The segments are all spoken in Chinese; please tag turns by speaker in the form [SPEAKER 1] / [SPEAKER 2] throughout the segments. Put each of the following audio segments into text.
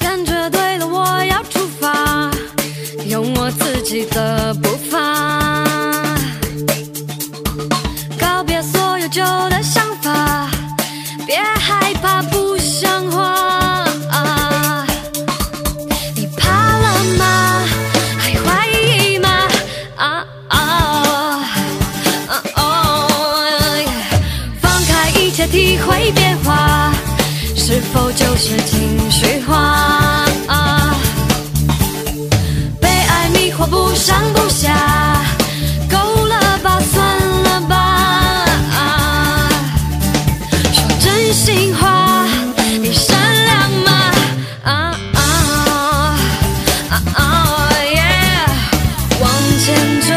[SPEAKER 1] 感觉对了，我要出发，用我自己的步伐，告别所有旧的想法，别害怕不像话。你怕了吗？还怀疑吗？啊啊！啊哦放开一切，体会变化，是否就是情绪化？被爱迷惑，不上不下，够了吧，算了吧。说真心话，你善良吗？啊啊啊啊！Yeah，往前追，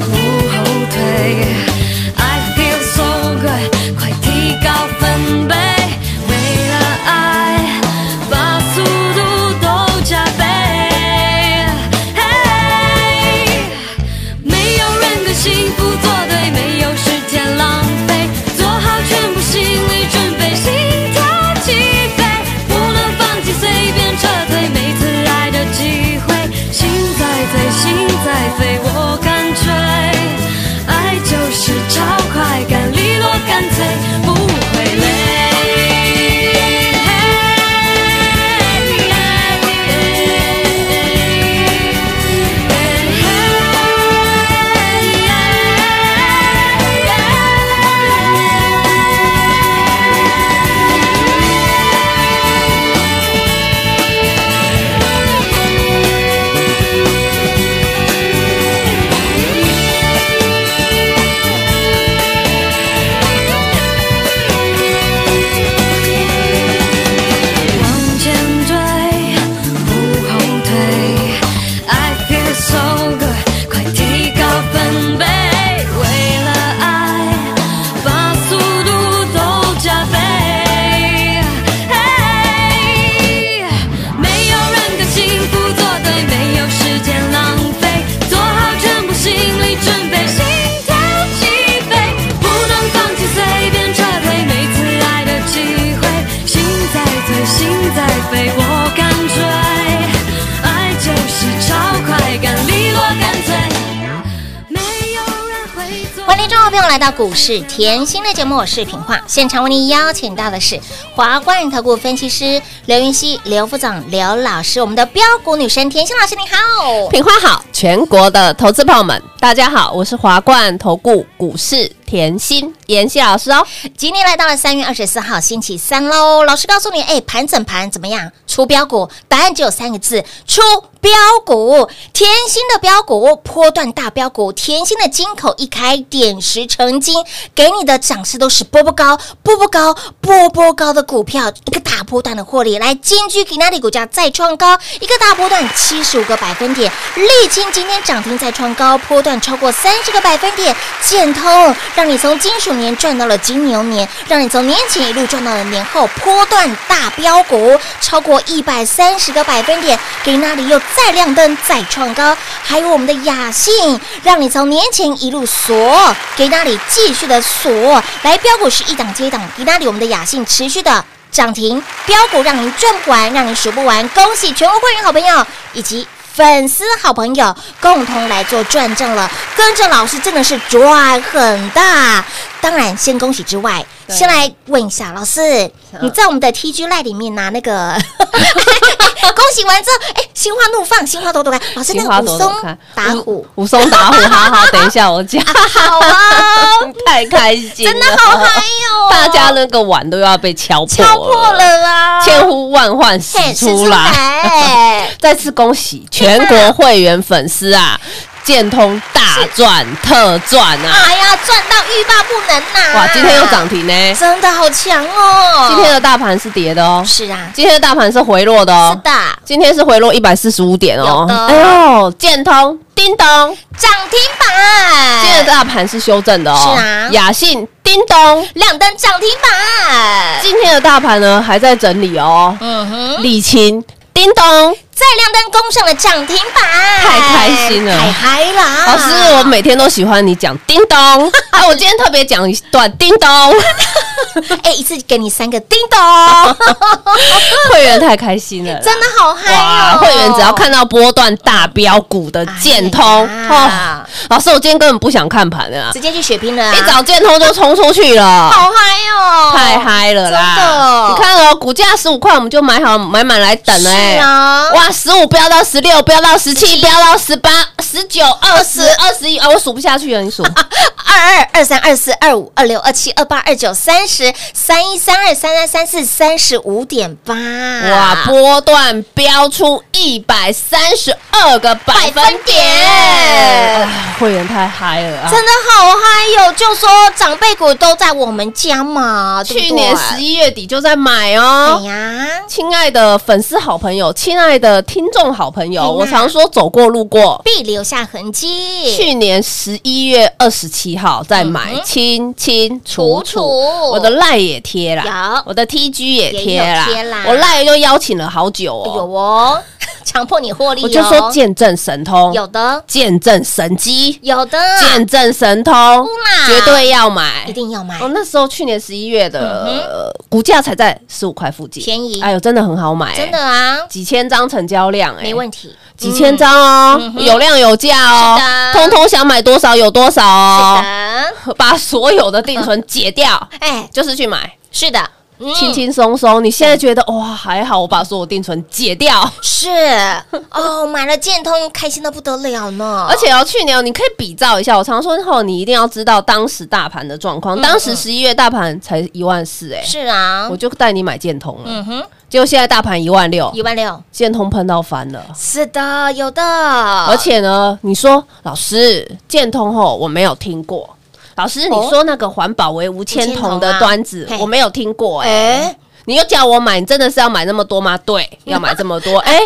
[SPEAKER 1] 往后退，I feel so good，快提高分贝，为了爱，把速度都加倍。嘿。没有人跟幸福作对，没有时间浪费，做好全部心理准备，心跳起飞，不能放弃，随便撤退，每次爱的机会，心在飞，心在飞，我敢追，爱就是超快，敢利落，干脆，不会累。往前追，不后退，I feel so good，快提高分贝，为了爱，把速度都加倍。嘿没有人跟幸福作对，没有时间浪费，做好全部心理准备，心跳起飞，不能放弃，随便撤退，每次爱的机会，心在醉，心在飞，我敢追，爱就是超快，敢利落，干脆，没有人会做。
[SPEAKER 2] 欢迎众好朋友来到股市甜心的节目，我是品化，现场为您邀请到的是华冠投顾分析师刘云熙、刘副总、刘老师，我们的标股女神甜心老师，你好。
[SPEAKER 3] 品花好，全国的投资朋友们，大家好，我是华冠投顾股市甜心妍希老师哦。
[SPEAKER 2] 今天来到了三月二十四号星期三喽，老师告诉你，哎，盘整盘怎么样？出标股，答案只有三个字：出标股。甜心的标股，波段大标股，甜心的金口一开，点石成金，给你的涨势都是波波高、波波高、波波高的股票，一个大波段的获利。来，金居给那里股价再创高，一个大波段七十五个百分点，沥青今天涨停再创高，波段超过三十个百分点，建通让你从金属年赚到了金牛年，让你从年前一路赚到了年后，波段大标股超过一百三十个百分点，给那里又再亮灯再创高，还有我们的雅信，让你从年前一路锁，给那里继续的锁，来标股是一档接一档，给那里我们的雅信持续的。涨停标股让您赚不完，让您数不完。恭喜全国会员好朋友以及粉丝好朋友共同来做转正了，跟着老师真的是赚很大。当然，先恭喜之外，
[SPEAKER 3] 对
[SPEAKER 2] 先来问一下老师，你在我们的 TG Live 里面拿那 个恭喜完之后，哎，心花怒放，心花朵朵开。老师那
[SPEAKER 3] 心花
[SPEAKER 2] 个武
[SPEAKER 3] 朵朵
[SPEAKER 2] 松
[SPEAKER 3] 开
[SPEAKER 2] 打虎，
[SPEAKER 3] 武松打虎，好好，等一下我讲，
[SPEAKER 2] 好啊，
[SPEAKER 3] 太开心了，
[SPEAKER 2] 真的好嗨哟、
[SPEAKER 3] 大家那个碗都要被敲破
[SPEAKER 2] 敲破了啊啦，
[SPEAKER 3] 千呼万唤始
[SPEAKER 2] 嘿，吃
[SPEAKER 3] 出
[SPEAKER 2] 出
[SPEAKER 3] 来。
[SPEAKER 2] 来。
[SPEAKER 3] 再次恭喜全国会员粉丝啊！建通大赚特赚啊！
[SPEAKER 2] 哎呀，赚到欲罢不能呐、
[SPEAKER 3] 哇，今天又涨，停呢！
[SPEAKER 2] 真的好强哦！
[SPEAKER 3] 今天的大盘是跌的哦，
[SPEAKER 2] 是啊，
[SPEAKER 3] 今天的大盘是回落的哦，
[SPEAKER 2] 是的，
[SPEAKER 3] 今天是回落一百四十五点哦
[SPEAKER 2] 有。的
[SPEAKER 3] 哎呦，建通叮咚，
[SPEAKER 2] 涨停板，
[SPEAKER 3] 今天的大盘是修正的
[SPEAKER 2] 哎
[SPEAKER 3] 哦。
[SPEAKER 2] 是啊
[SPEAKER 3] 雅信叮咚，
[SPEAKER 2] 亮灯涨停板，
[SPEAKER 3] 今天的大盘呢还在整理哦。
[SPEAKER 2] 嗯哼，
[SPEAKER 3] 沥青叮咚，
[SPEAKER 2] 在亮灯攻上了涨停板，
[SPEAKER 3] 太开心了
[SPEAKER 2] 太嗨了！
[SPEAKER 3] 老师，我每天都喜欢你讲叮 咚。啊，我今天特别讲一段叮咚，
[SPEAKER 2] 哎、一次给你三个叮咚，
[SPEAKER 3] 会员太开心了啦。
[SPEAKER 2] 真的好嗨
[SPEAKER 3] 哇！
[SPEAKER 2] 哦！
[SPEAKER 3] 会员只要看到波段大标股的建通
[SPEAKER 2] 哎呀
[SPEAKER 3] 哦，老师，我今天根本不想看盘的啊，
[SPEAKER 2] 直接去血拼了、啊，
[SPEAKER 3] 一早建通就冲出去了。
[SPEAKER 2] 好嗨哦，
[SPEAKER 3] 太嗨了
[SPEAKER 2] 真的
[SPEAKER 3] 啦
[SPEAKER 2] 哦！
[SPEAKER 3] 你看哦，股价十五块，我们就买好买满来等了哎、
[SPEAKER 2] 是啊
[SPEAKER 3] 哇，十五飙到十六，飙到十七，飙到十八、十九、二十、二十一啊！我数不下去了，你数。
[SPEAKER 2] 二二二三二四二五二六二七二八二九三十三一三二三三三四三十五点八，
[SPEAKER 3] 哇，波段飙出一百三十二个
[SPEAKER 2] 百
[SPEAKER 3] 百
[SPEAKER 2] 分
[SPEAKER 3] 分点
[SPEAKER 2] 点，
[SPEAKER 3] 哎会员太嗨了啊！
[SPEAKER 2] 真的好嗨哟！就说长辈股都在我们家嘛，对不对
[SPEAKER 3] 去年十，一月底就在买
[SPEAKER 2] 哎
[SPEAKER 3] 哦。
[SPEAKER 2] 呀，
[SPEAKER 3] 亲爱的粉丝好朋友，亲爱的听众好朋
[SPEAKER 2] 哎
[SPEAKER 3] 友，
[SPEAKER 2] 呀
[SPEAKER 3] 我常说走过路过。
[SPEAKER 2] 必留下痕迹。
[SPEAKER 3] 去年十一月二十七号在买清清楚
[SPEAKER 2] 嗯楚楚
[SPEAKER 3] 楚，我的赖也贴啦
[SPEAKER 2] 有，
[SPEAKER 3] 我的 TG 也贴
[SPEAKER 2] 也
[SPEAKER 3] 啦
[SPEAKER 2] 有贴啦，
[SPEAKER 3] 我赖就邀请了好久
[SPEAKER 2] 有
[SPEAKER 3] 哦，
[SPEAKER 2] 哦， 强迫你获利、哦，
[SPEAKER 3] 我就说哦见证神通，
[SPEAKER 2] 有的，
[SPEAKER 3] 见证神机，
[SPEAKER 2] 有的，
[SPEAKER 3] 见证神通
[SPEAKER 2] 啦，
[SPEAKER 3] 绝对要买
[SPEAKER 2] 一。定要买，嗯
[SPEAKER 3] 哦，那时候去年十一月的呃股价才在十五块附近，
[SPEAKER 2] 便宜
[SPEAKER 3] 哎呦，真的很好买，
[SPEAKER 2] 真的啊，
[SPEAKER 3] 几千张成交量、哎，
[SPEAKER 2] 没问题。嗯
[SPEAKER 3] 几千张哦，有量有价哦
[SPEAKER 2] 是的，
[SPEAKER 3] 通通想买多少有多少哦，
[SPEAKER 2] 是的，
[SPEAKER 3] 把所有的定存解掉，
[SPEAKER 2] 哎，
[SPEAKER 3] 就是去买，
[SPEAKER 2] 是的，嗯
[SPEAKER 3] 轻轻松松。你现在觉得哇，还好我把所有定存解掉，
[SPEAKER 2] 是哦，买了建通，开心的不得了呢。
[SPEAKER 3] 而且哦，去年哦你可以比照一下，我常说后你一定要知道当时大盘的状
[SPEAKER 2] 嗯
[SPEAKER 3] 况，当时十一月大盘才一万四，哎，
[SPEAKER 2] 是啊
[SPEAKER 3] 我，就带你买建通了，
[SPEAKER 2] 嗯哼，
[SPEAKER 3] 结果现在大盘一万六，
[SPEAKER 2] 一万六，
[SPEAKER 3] 建通喷到翻了。
[SPEAKER 2] 是的，有的，
[SPEAKER 3] 而且呢，你说老师建通吼，我没有听过。老师，你说那个环保为无铅铜的端
[SPEAKER 2] 哦无铅
[SPEAKER 3] 子
[SPEAKER 2] 铜啊，嘿
[SPEAKER 3] 我没有听过哎、
[SPEAKER 2] 哎，
[SPEAKER 3] 你又叫我买，你真的是要买那么多吗？对，要买这么多 哎。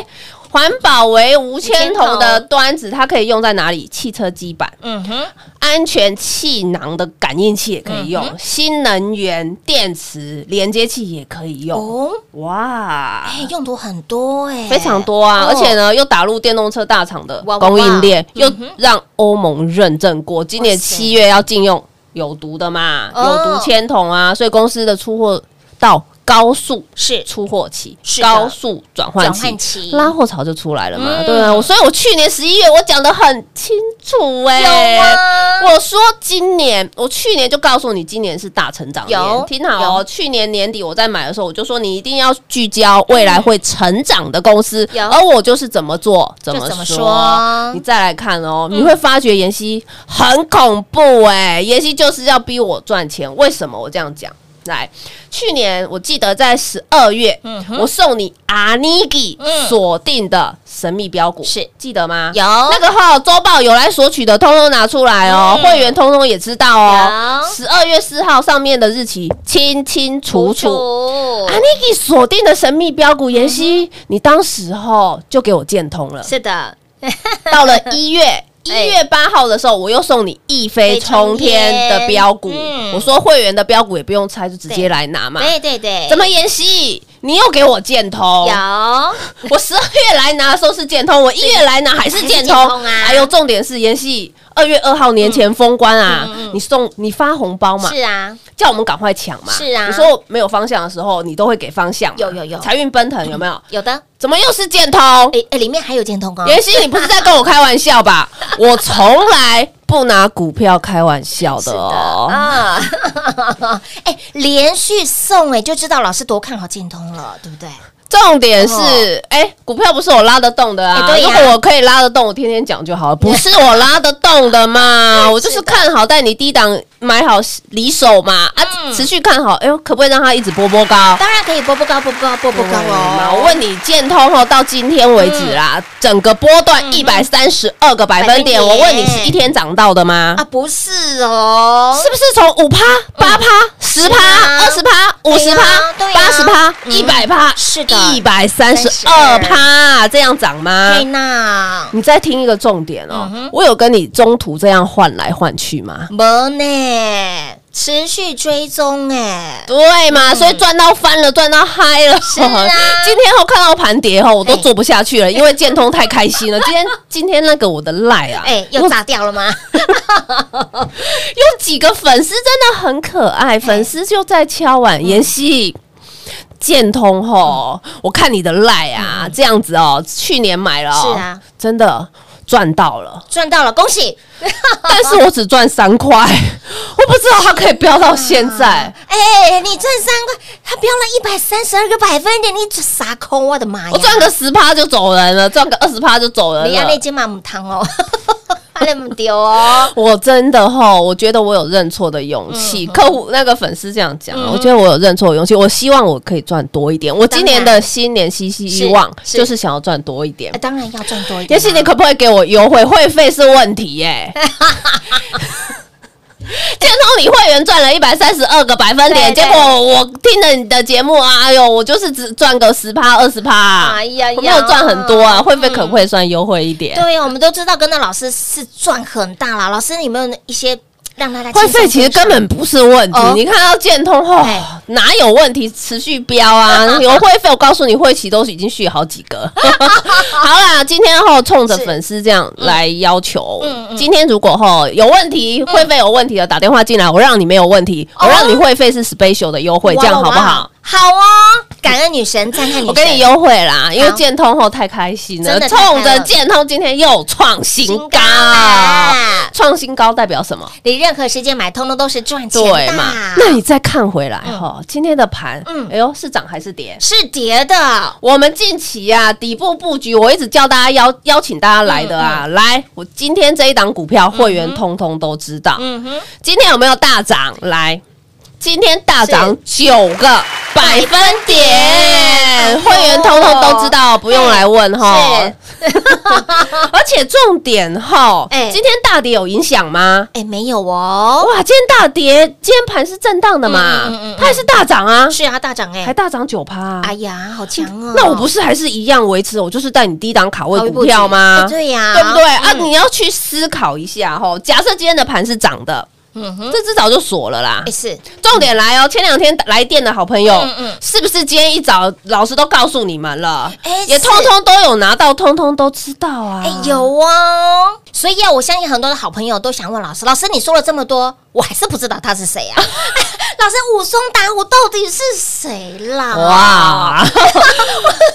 [SPEAKER 3] 环保为无铅铜的端子，它可以用在哪里？汽车基板、
[SPEAKER 2] 嗯哼，
[SPEAKER 3] 安全气囊的感应器也可以
[SPEAKER 2] 嗯
[SPEAKER 3] 用，新能源电池连接器也可以用。
[SPEAKER 2] 哦，
[SPEAKER 3] 哇，
[SPEAKER 2] 哎，用途很多哎，
[SPEAKER 3] 非常多啊，
[SPEAKER 2] 哦
[SPEAKER 3] 而且呢，又打入电动车大厂的
[SPEAKER 2] 哇哇哇
[SPEAKER 3] 供应链，又
[SPEAKER 2] 嗯哼
[SPEAKER 3] 让欧盟认证过，今年
[SPEAKER 2] 哇塞
[SPEAKER 3] 七月要禁用有毒的嘛，
[SPEAKER 2] 哦
[SPEAKER 3] 有毒铅桶啊，所以公司的出货到高速
[SPEAKER 2] 是
[SPEAKER 3] 出货期
[SPEAKER 2] 是，的
[SPEAKER 3] 高速转换
[SPEAKER 2] 转换期
[SPEAKER 3] 期，拉货潮就出来了嘛，
[SPEAKER 2] 嗯
[SPEAKER 3] 对啊，我所以我去年十一月我讲的很清楚哎、
[SPEAKER 2] 有啊吗？
[SPEAKER 3] 我说今年，我去年就告诉你，今年是大成长
[SPEAKER 2] 有
[SPEAKER 3] 年。听好
[SPEAKER 2] 有
[SPEAKER 3] 哦，去年年底我在买的时候，我就说你一定要聚焦未来会成长的公司，
[SPEAKER 2] 有
[SPEAKER 3] 而我就是怎么做怎
[SPEAKER 2] 就
[SPEAKER 3] 么
[SPEAKER 2] 怎么说嗯
[SPEAKER 3] 说。你再来看哦，你会发觉妍希很恐怖哎，妍希就是要逼我赚钱。为什么我这样讲？来，去年我记得在十二月，我送你阿尼基
[SPEAKER 2] 嗯
[SPEAKER 3] 锁定的神秘标股，
[SPEAKER 2] 是
[SPEAKER 3] 记得吗？
[SPEAKER 2] 有
[SPEAKER 3] 那个号周报有来索取的，通通拿出来哦，
[SPEAKER 2] 哦嗯
[SPEAKER 3] 会员通通也知道哦。
[SPEAKER 2] 有
[SPEAKER 3] 十二月四号上面的日期清清楚啊楚。
[SPEAKER 2] 楚嗯
[SPEAKER 3] 阿尼给锁定的神秘标股，妍希，你当时候就给我建通了。
[SPEAKER 2] 是的，
[SPEAKER 3] 到了一 月。一
[SPEAKER 2] 哎
[SPEAKER 3] 月八号的时候，我又送你一飞冲天的标股
[SPEAKER 2] 飞冲天嗯。
[SPEAKER 3] 我说会员的标股也不用猜，就直接来拿嘛。
[SPEAKER 2] 对对对，
[SPEAKER 3] 怎么妍希，你又给我建通？
[SPEAKER 2] 有？
[SPEAKER 3] 我十二月来拿的时候是建通，我一月来拿还是建
[SPEAKER 2] 还是建
[SPEAKER 3] 通
[SPEAKER 2] 通啊嗯
[SPEAKER 3] 哎呦，重点是妍希二月二号年前封关啊，你送你发红包嘛，
[SPEAKER 2] 是啊，
[SPEAKER 3] 叫我们赶快抢嘛。
[SPEAKER 2] 是啊
[SPEAKER 3] 你说没有方向的时候，你都会给方向嘛。
[SPEAKER 2] 有有有
[SPEAKER 3] 财运奔腾有没有？
[SPEAKER 2] 有的，
[SPEAKER 3] 怎么又是建通？
[SPEAKER 2] 哎哎，里面还有建通哦，
[SPEAKER 3] 妍希，你不是在跟我开玩笑吧？我从来不拿股票开玩笑的哦。
[SPEAKER 2] 啊， 哎，连续送哎，就知道老师多看好建通了，对不对？
[SPEAKER 3] 重点是
[SPEAKER 2] 哦，
[SPEAKER 3] 哎、股票不是我拉得动的啊。
[SPEAKER 2] 哎对呀
[SPEAKER 3] 如果我可以 拉得动，我天天讲就好了。不是我拉得动的嘛，我就是看好带你低档买好离手嘛啊，持续看好，哎呦，可不可以让它一直波波高？
[SPEAKER 2] 嗯当然可以波波高，波波高，波波高
[SPEAKER 3] 嘛
[SPEAKER 2] 哦。嗯
[SPEAKER 3] 我问你，建通后到今天为止啦，整个波段一百三十二个百分点，
[SPEAKER 2] 百分点
[SPEAKER 3] 我问你是一天涨到的吗？
[SPEAKER 2] 啊，不是哦，
[SPEAKER 3] 是不是从五趴、八趴、嗯十趴、哎二十
[SPEAKER 2] 是
[SPEAKER 3] 趴、五十趴、
[SPEAKER 2] 对
[SPEAKER 3] 八
[SPEAKER 2] 啊
[SPEAKER 3] 十
[SPEAKER 2] 对
[SPEAKER 3] 趴
[SPEAKER 2] 啊、
[SPEAKER 3] 一百趴，
[SPEAKER 2] 是的
[SPEAKER 3] 一百三十二趴，这样涨吗
[SPEAKER 2] 佩？娜，
[SPEAKER 3] 你再听一个重点哦，我有跟你中途这样换来换去吗？
[SPEAKER 2] 没呢，持续追踪哎，
[SPEAKER 3] 对嘛，所以赚到翻了，赚到嗨了。嗯是
[SPEAKER 2] 啊
[SPEAKER 3] 今天后看到盘跌后，我都
[SPEAKER 2] 哎
[SPEAKER 3] 做不下去了，因为建通太开心了。今天今天那个我的赖啊，
[SPEAKER 2] 哎，
[SPEAKER 3] 有
[SPEAKER 2] 又炸掉了吗？
[SPEAKER 3] 有几个粉丝真的很可
[SPEAKER 2] 哎
[SPEAKER 3] 爱，粉丝就在敲碗妍希。建通吼，
[SPEAKER 2] 嗯
[SPEAKER 3] 我看你的赖啊，这样子哦，去年买了哦，
[SPEAKER 2] 是啊，
[SPEAKER 3] 真的赚到了，
[SPEAKER 2] 赚到了，恭喜！
[SPEAKER 3] 但是我只赚三块， 我不知道它可以飙到现在，
[SPEAKER 2] 哎，你赚三块，他标了一百三十二个百分点，你这傻空，我的妈呀！
[SPEAKER 3] 我赚个十趴就走人了，赚个二十趴就走人
[SPEAKER 2] 你要那
[SPEAKER 3] 了。
[SPEAKER 2] 金马母汤哦， 还那么丢哦。
[SPEAKER 3] 我真的吼，我觉得我有认错的勇
[SPEAKER 2] 嗯
[SPEAKER 3] 气。客户那个粉丝这样讲，我觉得我有认错的勇气。我希望我可以赚多一点。我今年的新年希希望
[SPEAKER 2] 是
[SPEAKER 3] 就是想要赚多一点
[SPEAKER 2] 哎。当然要赚多一点
[SPEAKER 3] 也
[SPEAKER 2] 啊。
[SPEAKER 3] 许你可不可以给我优惠？会费是问题耶、 建通你会员赚了一百三十二个百分点，
[SPEAKER 2] 对对
[SPEAKER 3] 结果我听了你的节目啊，哎呦，我就是只赚个十趴二十趴，
[SPEAKER 2] 哎呀呀嗯
[SPEAKER 3] 我没有赚很多啊，会费可不可以算优惠一点？
[SPEAKER 2] 对呀，我们都知道跟着老师是赚很大啦。老师，你有没有一些让大家
[SPEAKER 3] 会
[SPEAKER 2] 轻松
[SPEAKER 3] 费其实
[SPEAKER 2] 跟上
[SPEAKER 3] 根本不是问题
[SPEAKER 2] 哦，
[SPEAKER 3] 你看到建通后
[SPEAKER 2] 哎
[SPEAKER 3] 哪有问题？持续飙啊， 有会费我告诉你，会期都已经续好几 个。好啦，今天后冲着粉丝这样
[SPEAKER 2] 嗯
[SPEAKER 3] 来要求，今天如果后有问题，会费有问题的打电话进来，我让你没有问题，我让你会费是 special 的优惠，这样好不好？？
[SPEAKER 2] 哦哇哇哇好哦，感恩女神，赞叹女神。
[SPEAKER 3] 我给你优惠啦，因为
[SPEAKER 2] 好
[SPEAKER 3] 建通后太开心了
[SPEAKER 2] 真，的太嗨
[SPEAKER 3] 冲着
[SPEAKER 2] 了
[SPEAKER 3] 建通今天又创新
[SPEAKER 2] 新
[SPEAKER 3] 高
[SPEAKER 2] 高啦，
[SPEAKER 3] 创新高代表什么？
[SPEAKER 2] 啊你任何时间买，通通都是赚钱
[SPEAKER 3] 对
[SPEAKER 2] 的
[SPEAKER 3] 嘛
[SPEAKER 2] 啊，？
[SPEAKER 3] 那你再看回来哈，今天的盘，
[SPEAKER 2] 嗯
[SPEAKER 3] 哎呦，是涨还是跌？
[SPEAKER 2] 是叠的，
[SPEAKER 3] 我们近期啊，底部布局，我一直叫大家邀邀请大家来的
[SPEAKER 2] 嗯
[SPEAKER 3] 啊，来，我今天这一档股票，会员通通都知道。
[SPEAKER 2] 嗯 哼，
[SPEAKER 3] 今天有没有大涨？来，今天大涨九个百分点，会员通通都知道，不用来问哈
[SPEAKER 2] 哎是。
[SPEAKER 3] 而且重点哈，
[SPEAKER 2] 哎
[SPEAKER 3] 今天大跌有影响吗？
[SPEAKER 2] 哎，没有哦，
[SPEAKER 3] 哇，今天大跌，今天盘是震荡的嘛，
[SPEAKER 2] 嗯嗯嗯嗯
[SPEAKER 3] 它还是大涨啊，
[SPEAKER 2] 是啊，大涨
[SPEAKER 3] 还
[SPEAKER 2] 哎，
[SPEAKER 3] 大涨九趴啊。
[SPEAKER 2] 哎呀，好强哦。
[SPEAKER 3] 那我不是还是一样维持，我就是带你低档卡位
[SPEAKER 2] 好
[SPEAKER 3] 股票吗
[SPEAKER 2] 哎？对呀，
[SPEAKER 3] 对不对啊？
[SPEAKER 2] 嗯
[SPEAKER 3] 你要去思考一下吼。假设今天的盘是涨的，
[SPEAKER 2] 嗯哼，
[SPEAKER 3] 这只早就锁了啦
[SPEAKER 2] 哎。是，
[SPEAKER 3] 重点来哦，前两天来电的好朋友
[SPEAKER 2] 嗯嗯，
[SPEAKER 3] 是不是今天一早老师都告诉你们了
[SPEAKER 2] 哎？
[SPEAKER 3] 也
[SPEAKER 2] 是
[SPEAKER 3] 通通都有拿到，通通都知道啊
[SPEAKER 2] 哎。有哦，所以啊，我相信很多的好朋友都想问老师，老师你说了这么多，我还是不知道他是谁啊？ 老师，武松打虎到底是谁啦？
[SPEAKER 3] 哇，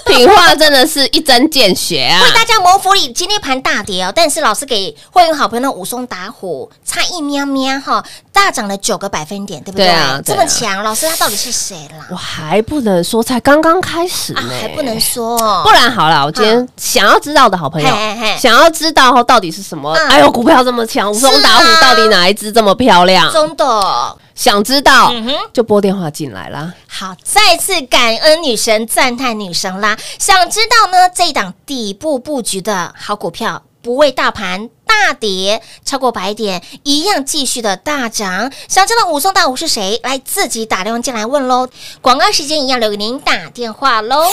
[SPEAKER 3] 品话真的是一针见血啊！
[SPEAKER 2] 为大家谋福利，今天盘大跌哦，但是老师给会员好朋友的武松打虎差一喵喵哈，大涨了九个百分点，对不对？
[SPEAKER 3] 对啊对
[SPEAKER 2] 这
[SPEAKER 3] 啊
[SPEAKER 2] 么强，老师他到底是谁啦？
[SPEAKER 3] 我还不能说，才刚刚开始呢、
[SPEAKER 2] 啊，还不能说哦，
[SPEAKER 3] 不然好了，我今天
[SPEAKER 2] 嗯
[SPEAKER 3] 想要知道的好朋友
[SPEAKER 2] 嘿嘿，嘿
[SPEAKER 3] 想要知道后到底是什么？
[SPEAKER 2] 嗯
[SPEAKER 3] 哎呦，股票这么强，武松打
[SPEAKER 2] 是
[SPEAKER 3] 虎
[SPEAKER 2] 啊
[SPEAKER 3] 到底哪一只这么漂亮？
[SPEAKER 2] 真的。
[SPEAKER 3] 想知道
[SPEAKER 2] 啊嗯哼
[SPEAKER 3] 就拨电话进来啦。
[SPEAKER 2] 好，再次感恩女神，赞叹女神啦！想知道呢这一档底部布局的好股票，不为大盘大跌超过百点，一样继续的大涨。想知道武松大虎是谁，来自己打电话进来问喽。广告时间一样留给您打电话喽。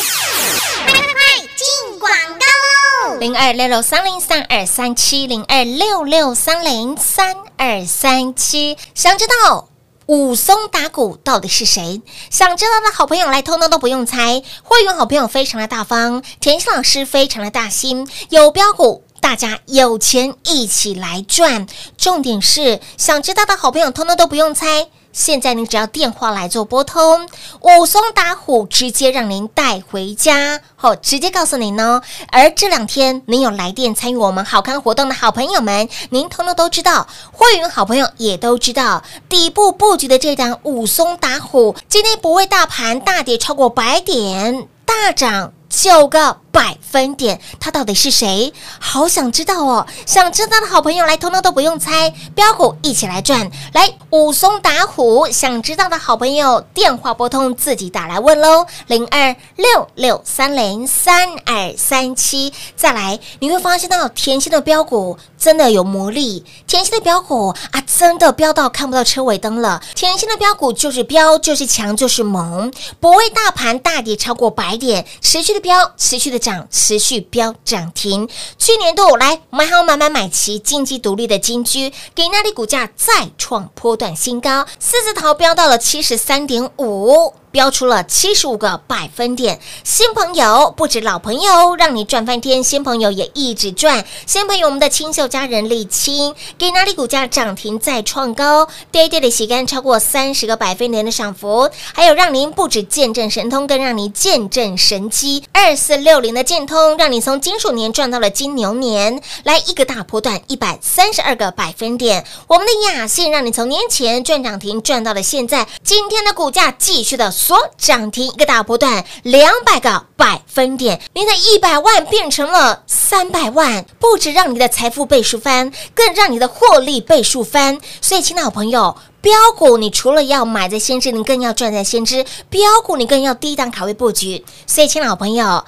[SPEAKER 2] 零二六六三零三二三七零二六六三零三二三七，想知道。武松打鼓到底是谁？想知道的好朋友来，通通都不用猜。会员好朋友非常的大方，田心老师非常的大心，有标股。大家有钱一起来赚，重点是想知道的好朋友，通通都不用猜。现在你只要电话来做拨通，武松打虎直接让您带回家，好、直接告诉您哦。而这两天您有来电参与我们好康活动的好朋友们，您通通都知道，会员好朋友也都知道，底部布局的这档武松打虎，今天不为大盘大跌超过百点，大涨九个。百分点，它到底是谁？好想知道哦！想知道的好朋友来，通通都不用猜，标股一起来赚。来，武松打虎，想知道的好朋友电话拨通，自己打来问喽，零二六六三零三二三七。再来，你会发现到甜心的标股真的有魔力，甜心的标股啊，真的飙到看不到车尾灯了。甜心的标股就是飙，就是强，就是猛，不为大盘大跌超过百点，持续的飙，持续的涨，持续飙涨停。去年度来买好买买买齐，经济独立的金居，给那里股价再创波段新高，四字头飙到了七十三点五。标出了七十五个百分点。新朋友不止老朋友，让你赚翻天；新朋友也一直赚。新朋友，我们的清秀家人沥青，给哪里股价涨停再创高，day day 的洗干超过三十个百分点的涨幅，还有让您不止见证神通，更让您见证神机。二四六零的建通，让你从金属年赚到了金牛年，来一个大波段一百三十二个百分点。我们的雅信，让你从年前赚涨停赚到了现在，今天的股价继续的所涨停一个大波段，两百个百分点，您的一百万变成了三百万，不止让你的财富倍数翻，更让你的获利倍数翻。所以，亲爱的朋友。标股，你除了要买在先知，你更要赚在先知。标股，你更要低档卡位布局。所以，亲爱的朋友，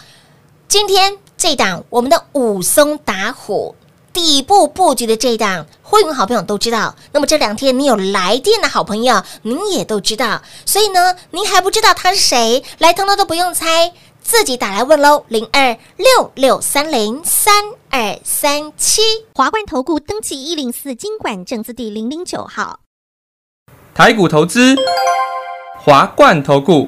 [SPEAKER 2] 今天这档我们的武松打虎底部布局的这一档，会员好朋友都知道。那么这两天你有来电的好朋友，您也都知道。所以呢，您还不知道他是谁，来通通都不用猜，自己打来问喽，零二六六三零三二三七。
[SPEAKER 4] 华冠投顾登记一零四经管证字第零零九号，
[SPEAKER 5] 台股投资，华冠投顾，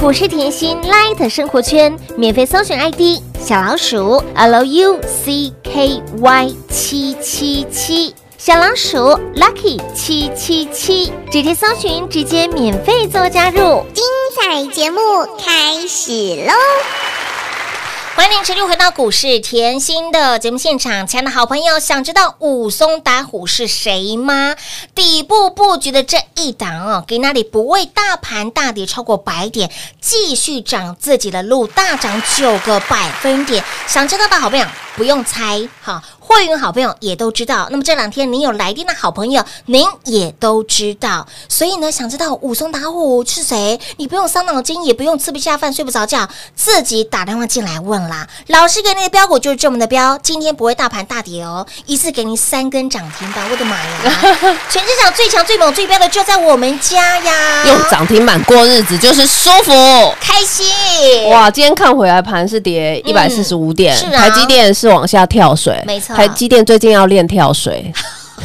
[SPEAKER 2] 股市甜心 Light 生活圈免费搜寻 ID 小老鼠 Lucky 七七七，小老鼠 Lucky 七七七，直接搜寻，直接免费做加入。
[SPEAKER 4] 彩节目开始喽！
[SPEAKER 2] 欢迎您持续回到股市甜心的节目现场，亲爱的好朋友，想知道武松打虎是谁吗？底部布局的这一档哦，给那里不为大盘大跌超过百点，继续涨自己的路，大涨九个百分点。想知道的好朋友不用猜，好，会员好朋友也都知道。那么这两天您有来电的好朋友，您也都知道。所以呢，想知道武松打虎是谁，你不用伤脑筋，也不用吃不下饭、睡不着觉，自己打电话进来问啦。老师给你的标股就是这么的标，今天不会大盘大跌哦，一次给您三根涨停板，我的妈 呀！全市场最强、最猛、最标的就在我们家呀，
[SPEAKER 3] 用涨停板过日子就是舒服。
[SPEAKER 2] 开心！
[SPEAKER 3] 哇，今天看回来盘是跌一百四十五点，
[SPEAKER 2] 嗯是啊
[SPEAKER 3] 台积电是往下跳水，
[SPEAKER 2] 没错
[SPEAKER 3] 台积电最近要练 跳水，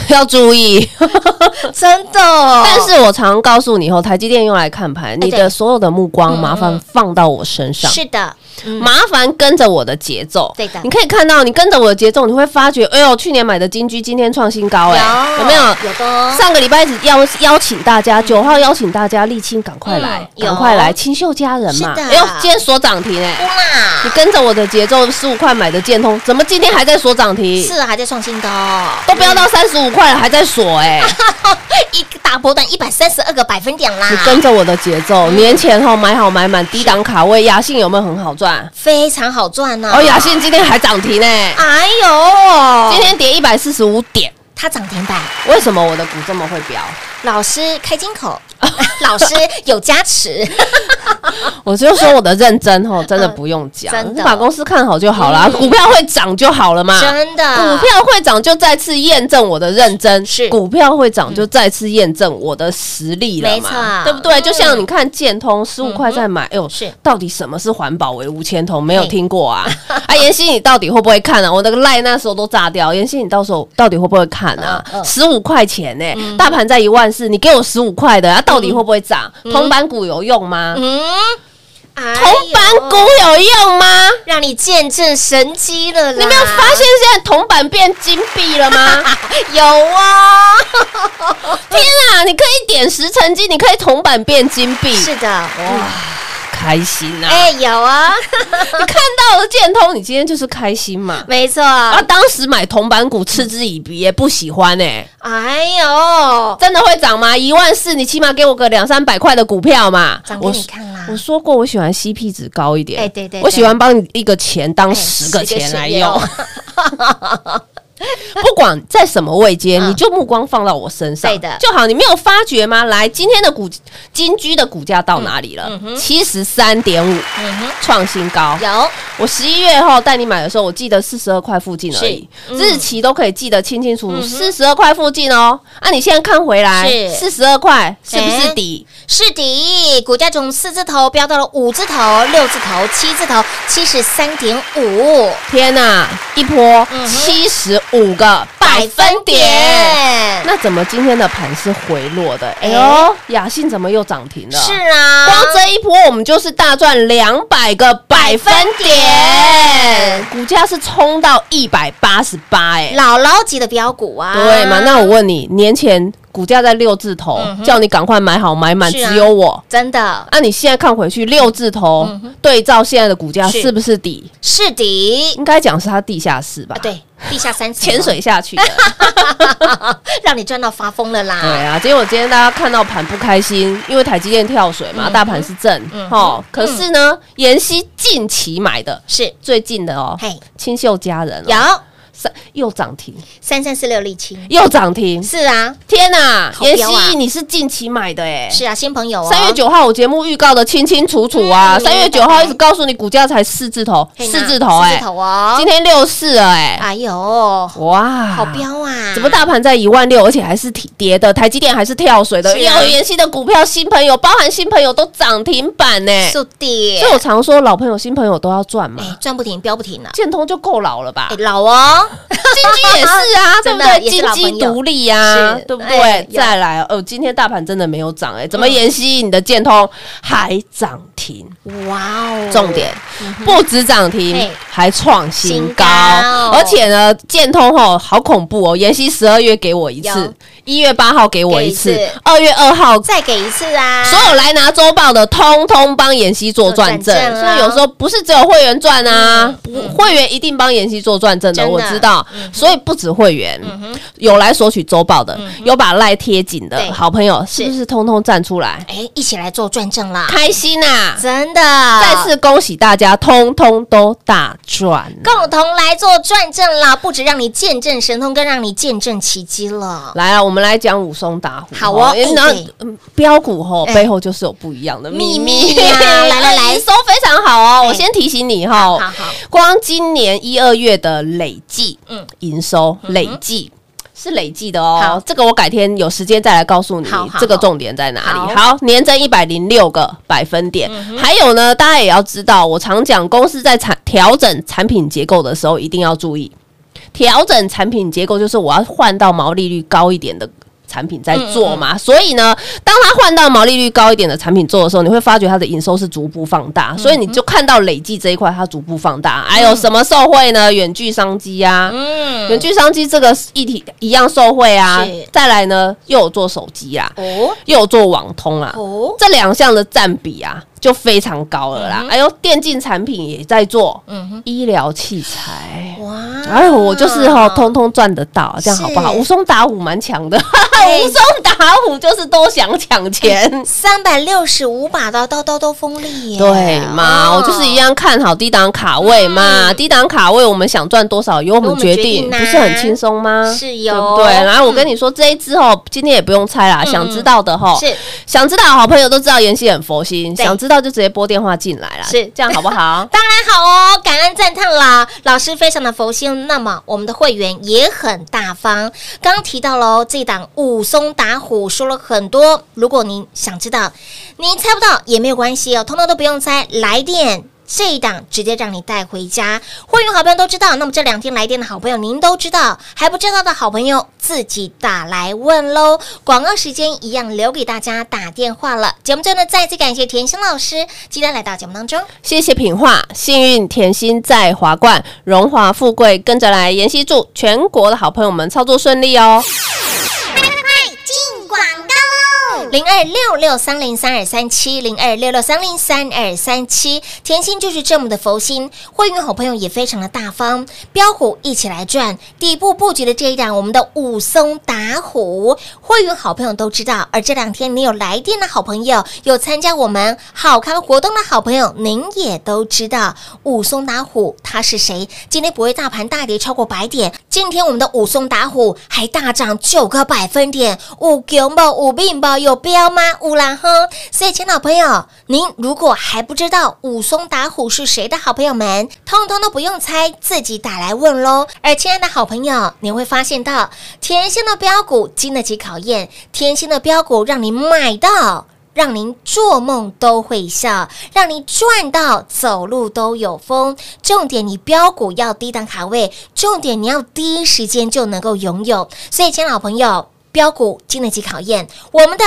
[SPEAKER 3] 要注意。
[SPEAKER 2] 哦真的哦，
[SPEAKER 3] 但是我常告诉你，后哦台积电用来看盘，你
[SPEAKER 2] 对
[SPEAKER 3] 的所有的目光麻
[SPEAKER 2] 嗯
[SPEAKER 3] 烦放到我身上，
[SPEAKER 2] 是的，
[SPEAKER 3] 麻烦跟着我的节奏。
[SPEAKER 2] 嗯对的
[SPEAKER 3] 你可以看到，你跟着我的节奏，你会发觉，哎呦，去年买的金居今天创新高，哎，有没有？
[SPEAKER 2] 有的哦，
[SPEAKER 3] 上个礼拜一直邀邀请大家，九号邀请大家沥青，赶快来，
[SPEAKER 2] 嗯
[SPEAKER 3] 赶
[SPEAKER 2] 有
[SPEAKER 3] 快来，清秀佳人嘛！
[SPEAKER 2] 是的
[SPEAKER 3] 哎呦，今天锁涨停哎，
[SPEAKER 2] 啦。
[SPEAKER 3] 你跟着我的节奏，十五块买的建通，怎么今天还在锁涨停？
[SPEAKER 2] 是啊，还在创新高哦，
[SPEAKER 3] 都飙到三十五块了，还在锁哎！
[SPEAKER 2] 一个大波段一百三十二个百分点啦
[SPEAKER 3] 你，跟着我的节奏，
[SPEAKER 2] 嗯
[SPEAKER 3] 年前后买好买满，低档卡位，雅信有没有很好赚？
[SPEAKER 2] 非常好赚呢、
[SPEAKER 3] 哦，雅信今天还涨停呢，
[SPEAKER 2] 哎呦，
[SPEAKER 3] 今天跌一百四十五点，
[SPEAKER 2] 它涨停板，
[SPEAKER 3] 为什么我的股这么会飙？
[SPEAKER 2] 老师开金口，老师有加持，
[SPEAKER 3] 我就说我的认真哦，真的不用讲，
[SPEAKER 2] 嗯真的
[SPEAKER 3] 把公司看好就好啦，股票会涨就好了嘛。
[SPEAKER 2] 真的
[SPEAKER 3] 啊股票会涨，就再次验证我的认真；
[SPEAKER 2] 啊是
[SPEAKER 3] 股票会涨，就再次验证我的实力了嘛，
[SPEAKER 2] 没错嗯
[SPEAKER 3] 对不对？就像你看建通十五块再买，哎呦，
[SPEAKER 2] 是
[SPEAKER 3] 到底什么是环保哎为无铅头？没有
[SPEAKER 2] 嘿
[SPEAKER 3] 听过啊！啊，妍希，你到底会不会看啊？我那个赖那时候都炸掉，妍希，你到时候到底会不会看啊
[SPEAKER 2] 嗯？嗯嗯
[SPEAKER 3] 十五块钱呢、大盘在一万四，你给我十五块的，它、啊到底会不会涨？铜板股有用吗？
[SPEAKER 2] 嗯，
[SPEAKER 3] 铜板股
[SPEAKER 2] 哎呦
[SPEAKER 3] 有用吗？
[SPEAKER 2] 让你见证神机了啦，
[SPEAKER 3] 你没有发现现在铜板变金币了吗？
[SPEAKER 2] 有啊、
[SPEAKER 3] 天啊！你可以点石成金，你可以铜板变金币，
[SPEAKER 2] 是的，哇，
[SPEAKER 3] 开心啊！
[SPEAKER 2] 哎、有 啊，
[SPEAKER 3] 你看到了建通，你今天就是开心嘛。
[SPEAKER 2] 没错，
[SPEAKER 3] 啊，当时买铜板股嗤之以鼻耶，不喜欢哎、
[SPEAKER 2] 哎呦，
[SPEAKER 3] 真的会涨吗？一万四，你起码给我个两三百块的股票嘛。
[SPEAKER 2] 涨给
[SPEAKER 3] 我
[SPEAKER 2] 你看啦
[SPEAKER 3] 我说过，我喜欢 CP 值高一点。
[SPEAKER 2] 哎对对
[SPEAKER 3] 我喜
[SPEAKER 2] 对
[SPEAKER 3] 欢帮你一个钱当
[SPEAKER 2] 哎
[SPEAKER 3] 十个钱来
[SPEAKER 2] 十个哦
[SPEAKER 3] 用。不管在什么位阶，
[SPEAKER 2] 嗯
[SPEAKER 3] 你就目光放到我身上，
[SPEAKER 2] 对的
[SPEAKER 3] 就好。你没有发觉吗？来，今天的股金居的股价到哪里
[SPEAKER 2] 嗯
[SPEAKER 3] 了？七十三点五，创新高。
[SPEAKER 2] 有
[SPEAKER 3] 我十一月后带你买的时候，我记得四十二块附近而已，
[SPEAKER 2] 嗯
[SPEAKER 3] 日期都可以记得清清楚楚，四十二块附近哦。啊，你现在看回来，
[SPEAKER 2] 是哎
[SPEAKER 3] 四十二块是不是底？
[SPEAKER 2] 是的，股价从四字头飙到了五字头、六字头、七字头，七十三点五
[SPEAKER 3] 天哪，一波
[SPEAKER 2] 嗯
[SPEAKER 3] 七十五个百分点。那怎么今天的盘是回落的？哎呦
[SPEAKER 2] 哎，
[SPEAKER 3] 雅信怎么又涨停了？
[SPEAKER 2] 是啊，
[SPEAKER 3] 光这一波，我们就是大赚两百个百分点，股价是冲到一百八十八，哎，
[SPEAKER 2] 姥姥级的标股啊，
[SPEAKER 3] 对嘛？那我问你，年前股价在六字头，叫你赶快买好买满，
[SPEAKER 2] 是啊
[SPEAKER 3] 只有我。
[SPEAKER 2] 真的
[SPEAKER 3] 啊，你现在看回去六字头，对照现在的股价
[SPEAKER 2] 是
[SPEAKER 3] 嗯是不是底？
[SPEAKER 2] 是的，
[SPEAKER 3] 应该讲是它地下室吧
[SPEAKER 2] 啊？，，对，地下三层
[SPEAKER 3] 潜水下去 的。
[SPEAKER 2] 让你赚到发疯了
[SPEAKER 3] 对
[SPEAKER 2] 啦，
[SPEAKER 3] 啊，结果今天大家看到盘不开心，因为台积电跳水嘛，大盘是正，哦，可是呢，妍希近期买的
[SPEAKER 2] 是
[SPEAKER 3] 最近的哦
[SPEAKER 2] 嘿，
[SPEAKER 3] 清秀佳人
[SPEAKER 2] 有
[SPEAKER 3] 哦三又涨停，
[SPEAKER 2] 三三四六沥青，
[SPEAKER 3] 又涨停，
[SPEAKER 2] 是啊，
[SPEAKER 3] 天哪！
[SPEAKER 2] 好
[SPEAKER 3] 妍
[SPEAKER 2] 彪啊
[SPEAKER 3] 希，你是近期买的哎，
[SPEAKER 2] 是啊，新朋友哦，
[SPEAKER 3] 三月九号我节目预告的清清楚楚啊，
[SPEAKER 2] 嗯
[SPEAKER 3] 三月九号一直告诉你股价才四字头，
[SPEAKER 2] 嘿呐
[SPEAKER 3] 四字头哎、
[SPEAKER 2] 四字头哦，
[SPEAKER 3] 今天六四了哎、
[SPEAKER 2] 哎呦，
[SPEAKER 3] 哇，
[SPEAKER 2] 好。彪啊！
[SPEAKER 3] 怎么大盘在一万六，而且还是跌的，台积电还是跳水的，
[SPEAKER 2] 是啊
[SPEAKER 3] 又有延续的股票，新朋友，包含新朋友都涨停板呢、哎
[SPEAKER 2] 速递
[SPEAKER 3] 所以？我常说，老朋友、新朋友都要赚嘛。
[SPEAKER 2] 哎，转不停，飙不停了。
[SPEAKER 3] 建通就够老了吧
[SPEAKER 2] 哎，？老哦，
[SPEAKER 3] 金居也是啊， 对
[SPEAKER 2] 真
[SPEAKER 3] 不
[SPEAKER 2] 的
[SPEAKER 3] 对？
[SPEAKER 2] 也是
[SPEAKER 3] 金
[SPEAKER 2] 老
[SPEAKER 3] 鸡
[SPEAKER 2] 朋友
[SPEAKER 3] 独立啊
[SPEAKER 2] 是，
[SPEAKER 3] 对不
[SPEAKER 2] 哎嗯
[SPEAKER 3] 对？
[SPEAKER 2] 有
[SPEAKER 3] 再来哦，今天大盘真的没有涨哎，怎么妍希你的建通还涨停？
[SPEAKER 2] 哇哦，
[SPEAKER 3] 重点不止涨停
[SPEAKER 2] 嘿，
[SPEAKER 3] 还创新
[SPEAKER 2] 新
[SPEAKER 3] 高
[SPEAKER 2] 高，
[SPEAKER 3] 而且呢，建通吼好恐怖哦！妍希十二月给我一次
[SPEAKER 2] 有，
[SPEAKER 3] 一月八号给我一
[SPEAKER 2] 给
[SPEAKER 3] 次
[SPEAKER 2] 一次，
[SPEAKER 3] 二月二号。
[SPEAKER 2] 再给一次啊！
[SPEAKER 3] 所有来拿周报的，通通帮妍希做转
[SPEAKER 2] 做
[SPEAKER 3] 正，
[SPEAKER 2] 转正
[SPEAKER 3] 所
[SPEAKER 2] 啊嗯
[SPEAKER 3] 以有时候不是只有会员赚啊，不会员一定帮妍希做转正的，
[SPEAKER 2] 真的
[SPEAKER 3] 我知道。
[SPEAKER 2] 嗯
[SPEAKER 3] 所以不止会员，有来索取周报的，有把赖贴紧的
[SPEAKER 2] 嗯对
[SPEAKER 3] 好朋友，是不是通通站出来？
[SPEAKER 2] 哎，一起来做转正啦！
[SPEAKER 3] 开心呐！
[SPEAKER 2] 真的，
[SPEAKER 3] 再次恭喜大家，通通都大赚啊。
[SPEAKER 2] 共同来做转正啦！不止让你见证神通，更让你见证奇迹了。
[SPEAKER 3] 来啊，我们来讲武松打虎。
[SPEAKER 2] 好哦哎
[SPEAKER 3] 那
[SPEAKER 2] 对
[SPEAKER 3] 嗯标股吼
[SPEAKER 2] 哎
[SPEAKER 3] 背后就是有不一样的秘密
[SPEAKER 2] 秘密啊来来来
[SPEAKER 3] 营收非常好哦。
[SPEAKER 2] 哎
[SPEAKER 3] 我先提醒你
[SPEAKER 2] 好
[SPEAKER 3] 哈
[SPEAKER 2] 好好，
[SPEAKER 3] 光今年一二月的累计，
[SPEAKER 2] 嗯
[SPEAKER 3] 嗯，营收累计。是累计的哦
[SPEAKER 2] 好，
[SPEAKER 3] 这个我改天有时间再来告诉你
[SPEAKER 2] 好好
[SPEAKER 3] 这个重点在哪里。
[SPEAKER 2] 好嗯
[SPEAKER 3] 好，年增一百零六个百分点，还有呢，大家也要知道，我常讲公司在产调整产品结构的时候一定要注意，调整产品结构，就是我要换到毛利率高一点的。产品在做
[SPEAKER 2] 嗯
[SPEAKER 3] 嘛，所以呢，当它换到毛利率高一点的产品做的时候，你会发觉它的营收是逐步放
[SPEAKER 2] 嗯
[SPEAKER 3] 大，所以你就看到累计这一块它逐步放大。还有什么受惠呢？远距商机呀、啊，
[SPEAKER 2] 嗯，
[SPEAKER 3] 远距商机这个议题一样受惠啊
[SPEAKER 2] 是。
[SPEAKER 3] 再来呢，又有做手机啊啦，
[SPEAKER 2] 哦
[SPEAKER 3] 又有做网通啦，
[SPEAKER 2] 哦，
[SPEAKER 3] 这两项的占比啊就非
[SPEAKER 2] 嗯
[SPEAKER 3] 哎常高了啦。还有电竞产品也在做，医疗器材，
[SPEAKER 2] 哇
[SPEAKER 3] 哎呦，我就是哦，通通赚得到，啊这样好不好？
[SPEAKER 2] 是
[SPEAKER 3] 武松打虎蛮强的，
[SPEAKER 2] 哎
[SPEAKER 3] 武松打虎就是都想抢钱。
[SPEAKER 2] 三百六十五把刀，刀刀都锋利耶。
[SPEAKER 3] 对嘛，
[SPEAKER 2] 哦嗯
[SPEAKER 3] 我就是一样看好低档卡位嘛，低档卡位我们想赚多少由
[SPEAKER 2] 由
[SPEAKER 3] 我
[SPEAKER 2] 我
[SPEAKER 3] 们
[SPEAKER 2] 们
[SPEAKER 3] 决
[SPEAKER 2] 决定
[SPEAKER 3] 定，
[SPEAKER 2] 呐
[SPEAKER 3] 不是很轻松吗？
[SPEAKER 2] 是
[SPEAKER 3] 对
[SPEAKER 2] 哟嗯
[SPEAKER 3] 不对？然后我跟你说这一支哦，今天也不用猜啦，想知道的吼，
[SPEAKER 2] 是
[SPEAKER 3] 想知道的好朋友都知道妍希很佛心，
[SPEAKER 2] 对
[SPEAKER 3] 想知道就直接拨电话进来啦，
[SPEAKER 2] 是？
[SPEAKER 3] 这样好不好
[SPEAKER 2] 当然好哦，感恩赞叹啦，老师非常的佛心。那么我们的会员也很大方，刚提到喽，这档武松打虎说了很多，如果您想知道，你猜不到也没有关系哦，通通都不用猜，来电。这一档直接让你带回家，会员好朋友都知道。那么这两天来电的好朋友，您都知道，还不知道的好朋友自己打来问喽。广告时间一样留给大家打电话了。节目最后呢，再次感谢田心老师今天来到节目当中。
[SPEAKER 3] 谢谢品画，幸运甜心在华冠，荣华富贵跟着来。妍希祝全国的好朋友们操作顺利哦。
[SPEAKER 2] 零二六六三零三二三七，零二六六三零三二三七，甜心就是这么的佛心，会员好朋友也非常的大方，标股一起来赚，底部布局的这一档我们的武松打虎，会员好朋友都知道，而这两天你有来电的好朋友，有参加我们好康活动的好朋友，您也都知道武松打虎他是谁，今天不会大盘大跌超过百点，今天我们的武松打虎还大涨九个百分点，五穷吧，五病吧，有标吗？五然哼。所以，亲老朋友，您如果还不知道武松打虎是谁的好朋友们，通通都不用猜，自己打来问喽。而亲爱的好朋友，你会发现到甜心的标股经得起考验，甜心的标股让你买到。让您做梦都会笑，让您赚到走路都有风。重点，你标股要低档卡位，重点你要第一时间就能够拥有。所以，亲爱的老朋友，标股经得起考验，我们的。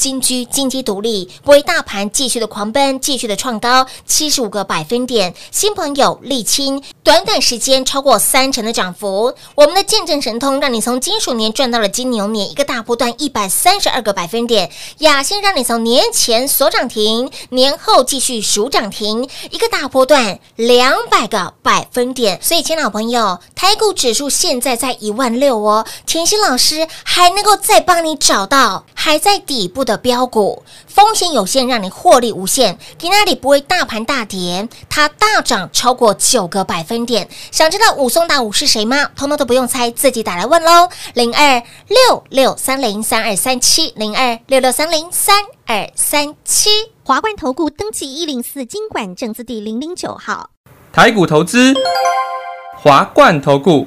[SPEAKER 2] 金居金鸡独立，不为大盘继续的狂奔，继续的创高，七十五个百分点。新朋友沥青，短短时间超过三成的涨幅。我们的见证神通，让你从金属年赚到了金牛年，一个大波段一百三十二个百分点。雅欣让你从年前所涨停，年后继续数涨停，一个大波段两百个百分点。所以，亲老朋友，台股指数现在在一万六哦，甜心老师还能够再帮你找到还在底部的标股，风险有限，让你获利无限。给那里不会大盘大跌，它大涨超过九个百分点。想知道武松打武是谁吗？通通都不用猜，自己打来问喽。零二六六三零三二三七，零二六六三零三二三七。
[SPEAKER 4] 华冠投顾登记一零四经管证字第零零九号。
[SPEAKER 5] 台股投资，华冠投顾。